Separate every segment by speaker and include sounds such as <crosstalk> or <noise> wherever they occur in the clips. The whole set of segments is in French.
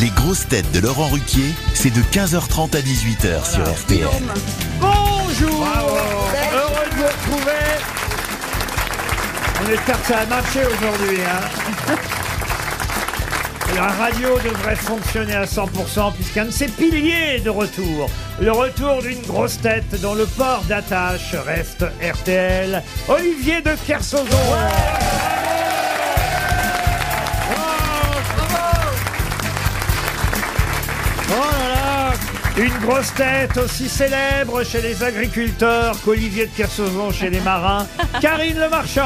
Speaker 1: Les grosses têtes de Laurent Ruquier, c'est de 15h30 à 18h sur RTL.
Speaker 2: Bonjour Heureux de vous retrouver On espère que ça a marché aujourd'hui. hein. La radio devrait fonctionner à 100% puisqu'un de ses piliers est de retour. Le retour d'une grosse tête dont le port d'attache reste RTL. Olivier de Kersauzon Oh là là Une grosse tête aussi célèbre chez les agriculteurs qu'Olivier de Kersauzon chez les marins, Karine Le Marchand.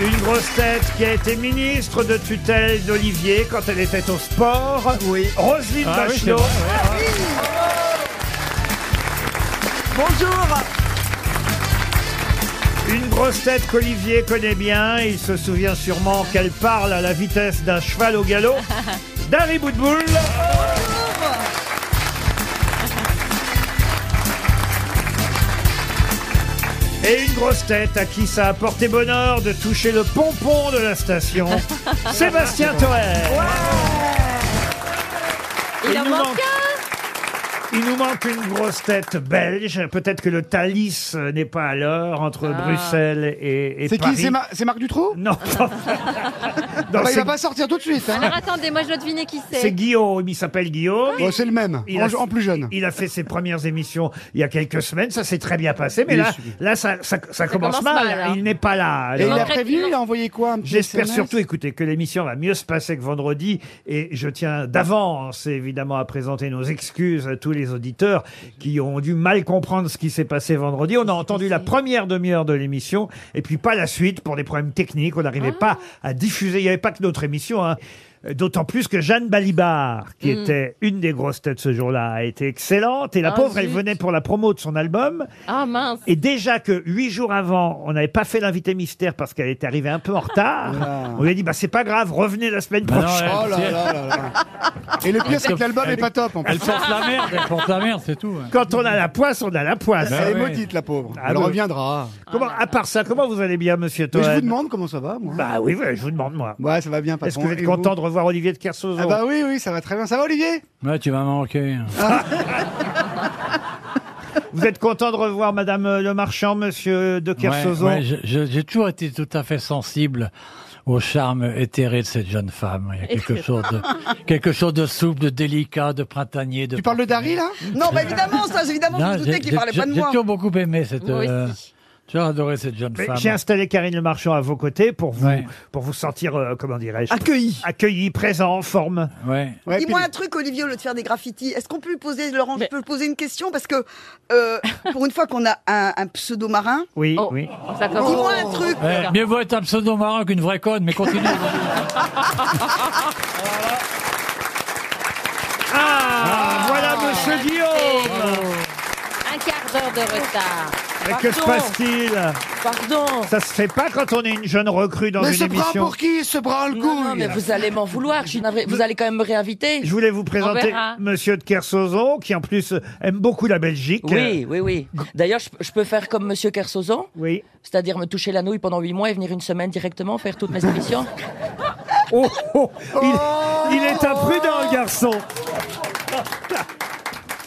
Speaker 2: Une grosse tête qui a été ministre de tutelle d'Olivier quand elle était au sport. Oui. Roselyne
Speaker 3: Ah oui, c'est
Speaker 2: Bachelot.
Speaker 3: vrai,
Speaker 2: Bonjour une grosse tête qu'Olivier connaît bien, il se souvient sûrement qu'elle parle à la vitesse d'un cheval au galop. Dari Boudboul Et une grosse tête à qui ça a porté bonheur de toucher le pompon de la
Speaker 4: <laughs>
Speaker 2: station, Sébastien Toer.
Speaker 5: Il en
Speaker 2: nous
Speaker 5: manque
Speaker 2: manque. Il nous manque une grosse tête belge. Peut-être que le Thalys euh, n'est pas à l'heure entre
Speaker 4: Ah.
Speaker 2: Bruxelles et, et
Speaker 4: C'est qui,
Speaker 2: Paris.
Speaker 4: c'est Mar-
Speaker 2: Marc Dutroux
Speaker 4: <laughs>
Speaker 2: Non. Non,
Speaker 4: Bah, il
Speaker 2: c'est-
Speaker 4: va pas sortir tout de suite. hein.
Speaker 6: Alors attendez, moi je dois deviner qui c'est.
Speaker 2: C'est Guillaume, <laughs> il s'appelle Guillaume.
Speaker 4: Bon, Oh, c'est le même, en- en plus jeune.
Speaker 2: Il a fait ses premières émissions il y a quelques semaines, ça s'est très bien passé, mais
Speaker 4: Bien
Speaker 2: là,
Speaker 4: sûr.
Speaker 2: là ça, ça- ça commence,
Speaker 4: commence
Speaker 2: mal.
Speaker 4: mal, alors.
Speaker 2: il n'est pas là.
Speaker 4: Et il
Speaker 2: alors.
Speaker 4: a prévenu, il a envoyé quoi un petit
Speaker 2: J'espère
Speaker 4: SMS?
Speaker 2: surtout, écoutez, que l'émission va mieux se passer que vendredi. Et je tiens d'avance, évidemment, à présenter nos excuses à tous les auditeurs qui ont dû mal comprendre ce qui s'est passé vendredi. On a entendu la première demi-heure de l'émission et puis pas la suite pour des problèmes techniques. On n'arrivait
Speaker 7: Ah.
Speaker 2: pas à diffuser. Il n'y avait pas que notre émission. hein. D'autant plus que Jeanne Balibar, qui
Speaker 7: Mm.
Speaker 2: était une des grosses têtes ce jour-là, a été excellente. Et la
Speaker 7: Ah,
Speaker 2: pauvre, elle
Speaker 7: zut.
Speaker 2: venait pour la promo de son album.
Speaker 7: Ah mince.
Speaker 2: Et déjà que huit jours avant, on n'avait pas fait l'invité mystère parce qu'elle était arrivée un peu en retard. On lui a dit bah c'est pas grave, revenez la semaine
Speaker 3: Bah non,
Speaker 2: prochaine.
Speaker 3: elle- Oh là elle- là
Speaker 4: Et le pire,
Speaker 3: Elle
Speaker 4: c'est que
Speaker 3: te-
Speaker 4: l'album
Speaker 3: elle-
Speaker 4: est pas top. En
Speaker 3: <laughs> Elle
Speaker 4: plus.
Speaker 3: porte la merde, elle porte la merde, c'est tout.
Speaker 2: Quand on a la poisse, on a la poisse.
Speaker 3: Bah
Speaker 4: Elle est
Speaker 3: ouais.
Speaker 4: maudite, la pauvre.
Speaker 2: Ah
Speaker 4: Elle
Speaker 2: oui.
Speaker 4: reviendra.
Speaker 2: Comment, à part ça, comment vous allez bien, monsieur
Speaker 4: Mais je vous
Speaker 2: Toen
Speaker 4: demande comment ça va, moi.
Speaker 2: Bah oui, ouais, je vous demande moi.
Speaker 4: Ouais, ça va bien, patron.
Speaker 2: Est-ce que vous êtes
Speaker 4: Et
Speaker 2: content de revoir Olivier de Kersauzon
Speaker 4: Ah bah oui, oui, ça va très bien. Ça va, Olivier
Speaker 3: Ouais, tu vas manquer.
Speaker 2: Vous êtes content de revoir Madame euh, Le Marchand, Monsieur euh, de Kersauzon
Speaker 3: Ouais, ouais, je- je- J'ai toujours été tout à fait sensible au charme éthéré de cette jeune femme. Il y a quelque chose de, quelque chose de souple, de délicat, de printanier. De...
Speaker 4: Tu parles de Dari, là
Speaker 8: Non, bah évidemment, ça, évidemment, je
Speaker 3: Non,
Speaker 8: me doutais
Speaker 3: j'ai-
Speaker 8: qu'il
Speaker 3: j'ai-
Speaker 8: parlait pas de
Speaker 3: j'ai-
Speaker 8: moi.
Speaker 3: J'ai toujours beaucoup aimé cette.
Speaker 8: Moi aussi.
Speaker 3: euh, J'ai adoré cette jeune
Speaker 2: Mais
Speaker 3: femme.
Speaker 2: J'ai installé Karine Le Marchand à vos côtés pour vous, pour vous sentir, euh, comment dirais-je
Speaker 8: Accueilli.
Speaker 2: Accueilli, présent, en forme.
Speaker 3: Ouais.
Speaker 8: Dis-moi un truc, Olivier, au lieu de faire des graffitis. Est-ce qu'on peut lui poser, Laurent, je peux lui poser une question Parce que, euh, pour une fois qu'on a un, un pseudo-marin,
Speaker 2: Oui, oui.
Speaker 4: Oh.
Speaker 8: dis-moi un truc.
Speaker 3: Eh, mieux vaut être un pseudo marin qu'une vraie conne, mais continue.
Speaker 2: Ah, voilà Monsieur Guillaume
Speaker 7: Un quart d'heure de retard.
Speaker 2: Mais que se
Speaker 7: Pardon.
Speaker 2: passe-t-il
Speaker 7: Pardon.
Speaker 2: Ça se fait pas quand on est une jeune recrue dans
Speaker 4: Mais
Speaker 2: une
Speaker 4: se prend
Speaker 2: émission.
Speaker 4: pour qui Se prend le
Speaker 7: Non, non, mais
Speaker 4: couille
Speaker 7: vous allez m'en vouloir. Je suis navrée. Vous allez quand même me réinviter.
Speaker 2: Je voulais vous présenter
Speaker 7: verra.
Speaker 2: Monsieur de Kersauzon, qui en plus aime beaucoup la Belgique.
Speaker 7: Oui, oui, oui. D'ailleurs, je, je peux faire comme Monsieur Kersozon,
Speaker 2: Euh, oui.
Speaker 7: c'est-à-dire me toucher la nouille pendant huit mois et venir une semaine directement faire toutes
Speaker 2: <laughs>
Speaker 7: mes émissions.
Speaker 2: Oh, oh, il, il est imprudent, le garçon.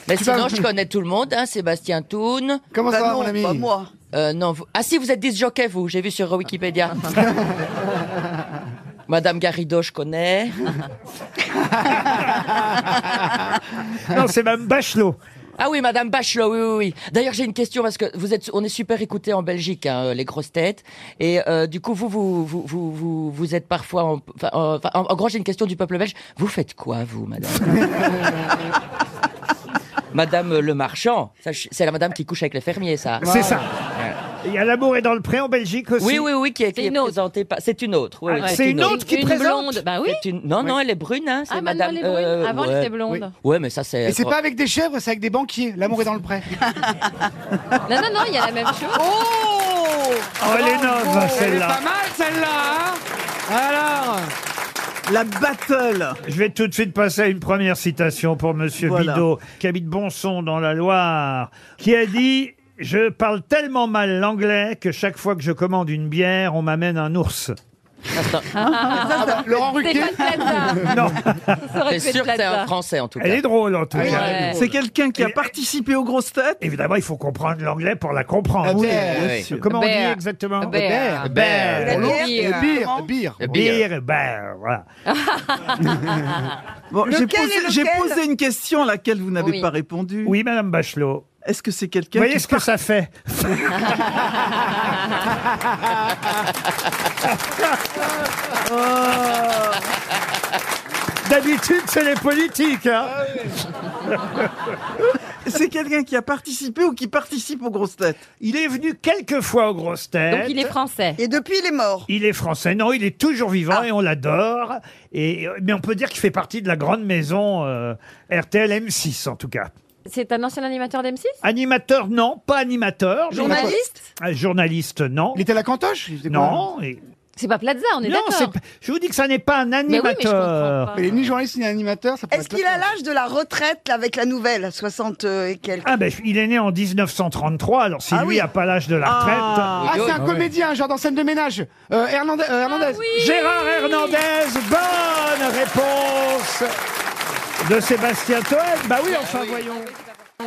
Speaker 7: Mais
Speaker 4: vas-
Speaker 7: sinon, je connais tout le monde, hein, Sébastien Toun.
Speaker 4: Comment
Speaker 8: Bah
Speaker 4: ça va,
Speaker 8: non,
Speaker 4: mon ami
Speaker 8: pas moi.
Speaker 7: Euh, non, vous- Ah si, vous êtes disjockey, vous, j'ai vu sur Wikipédia.
Speaker 2: <laughs>
Speaker 7: Madame Garrido, je connais.
Speaker 2: Non, c'est même Bachelot.
Speaker 7: Ah oui, Madame Bachelot, oui, oui, oui. D'ailleurs, j'ai une question parce que vous êtes, on est super écoutés en Belgique, hein, euh, les grosses têtes. Et euh, du coup, vous, vous, vous, vous, vous, vous êtes parfois. En, enfin, en, enfin, en- en gros, j'ai une question du peuple belge. Vous faites quoi, vous, Madame Madame euh, le Marchand, Ça, je- c'est la Madame qui couche avec les fermiers, ça.
Speaker 2: C'est ça. Il y a l'amour et dans le pré en Belgique aussi.
Speaker 7: Oui, oui, oui, qui est, qui
Speaker 9: C'est
Speaker 7: est
Speaker 9: une autre.
Speaker 7: présentée par. C'est une autre. oui,
Speaker 2: Ah,
Speaker 7: oui,
Speaker 2: c'est une autre qui
Speaker 9: une
Speaker 2: présente
Speaker 9: blonde. Bah oui.
Speaker 7: C'est une- Non, non, elle est brune, hein. C'est
Speaker 9: Ah, maintenant, elle
Speaker 7: Madame.
Speaker 9: est brune.
Speaker 7: euh,
Speaker 9: Avant, elle
Speaker 7: ouais.
Speaker 9: était blonde.
Speaker 7: Ouais, mais ça c'est.
Speaker 4: Et c'est pas avec des chèvres, c'est avec des banquiers. L'amour est dans le prêt.
Speaker 9: Non, non, non, il y a la même chose.
Speaker 8: Oh
Speaker 2: Oh, elle est neuve, celle-là.
Speaker 4: mal, celle-là, hein Alors
Speaker 10: La battle
Speaker 2: Je vais tout de suite passer à une première citation pour Monsieur
Speaker 10: Voilà.
Speaker 2: Bidot, qui habite Bonson dans la Loire, qui a dit Je parle tellement mal l'anglais que chaque fois que je commande une bière, on m'amène un ours.
Speaker 9: Ah,
Speaker 4: Laurent Ruquier
Speaker 2: Non.
Speaker 7: T'es sûr que t'es un français en tout cas.
Speaker 2: Elle est drôle en tout
Speaker 9: Ah oui,
Speaker 2: cas.
Speaker 9: elle est drôle.
Speaker 10: C'est quelqu'un qui a
Speaker 2: Et-
Speaker 10: participé aux grosses têtes
Speaker 2: Évidemment, il faut comprendre l'anglais pour la comprendre.
Speaker 4: oui,
Speaker 10: bien
Speaker 7: oui.
Speaker 10: sûr.
Speaker 2: Comment on dit
Speaker 9: Bear.
Speaker 2: exactement
Speaker 9: Bear.
Speaker 2: Bear.
Speaker 8: La
Speaker 2: Bear.
Speaker 8: bière,
Speaker 9: Et
Speaker 8: euh,
Speaker 4: Beer,
Speaker 8: comment
Speaker 4: beer.
Speaker 7: Beer.
Speaker 2: Beer, bear, voilà.
Speaker 10: Bon, J'ai
Speaker 8: Lequel
Speaker 10: posé,
Speaker 8: est
Speaker 10: j'ai
Speaker 8: lequel
Speaker 10: posé une question à laquelle vous n'avez
Speaker 9: Oui.
Speaker 10: pas répondu.
Speaker 2: Oui, Madame Bachelot.
Speaker 10: Est-ce que c'est
Speaker 2: Vous
Speaker 10: quelqu'un
Speaker 2: voyez
Speaker 10: qui
Speaker 2: ce que ça fait
Speaker 10: Oh.
Speaker 2: D'habitude, c'est les politiques. hein.
Speaker 10: <laughs> Ah C'est quelqu'un qui a participé ou qui participe aux grosses têtes
Speaker 2: Il est venu quelques fois aux grosses têtes.
Speaker 9: Donc il est français.
Speaker 8: Et depuis, il est mort.
Speaker 2: Il est français. Non, il est toujours vivant
Speaker 9: Ah.
Speaker 2: et on l'adore. Et euh, mais on peut dire qu'il fait partie de la grande maison euh, RTL M6 en tout cas.
Speaker 9: C'est un ancien animateur d'M6
Speaker 2: Animateur, non, pas animateur.
Speaker 8: Journaliste
Speaker 2: Un Journaliste, non.
Speaker 4: Il était à la cantoche il faisait quoi
Speaker 2: Non. et-
Speaker 9: C'est pas Plaza, on est
Speaker 2: Non,
Speaker 9: d'accord.
Speaker 2: c'est pas- je vous dis que ça n'est pas un
Speaker 9: Mais oui, mais je comprends
Speaker 2: animateur.
Speaker 9: pas.
Speaker 4: Il est ni journaliste ni animateur. ça pourrait
Speaker 8: Est-ce
Speaker 4: être
Speaker 8: qu'il a
Speaker 4: le cas.
Speaker 8: l'âge de la retraite là, avec la nouvelle, 60 et quelques
Speaker 2: ah ben, il est né en 1933, alors si
Speaker 8: Ah
Speaker 2: lui
Speaker 8: oui.
Speaker 2: a pas l'âge de la retraite.
Speaker 4: Ah, c'est un comédien, genre dans scène de ménage. Euh, Hernande- euh, Hernandez.
Speaker 8: Ah
Speaker 2: Gérard Hernandez, bonne réponse de Sébastien Toen. Bah oui, enfin voyons.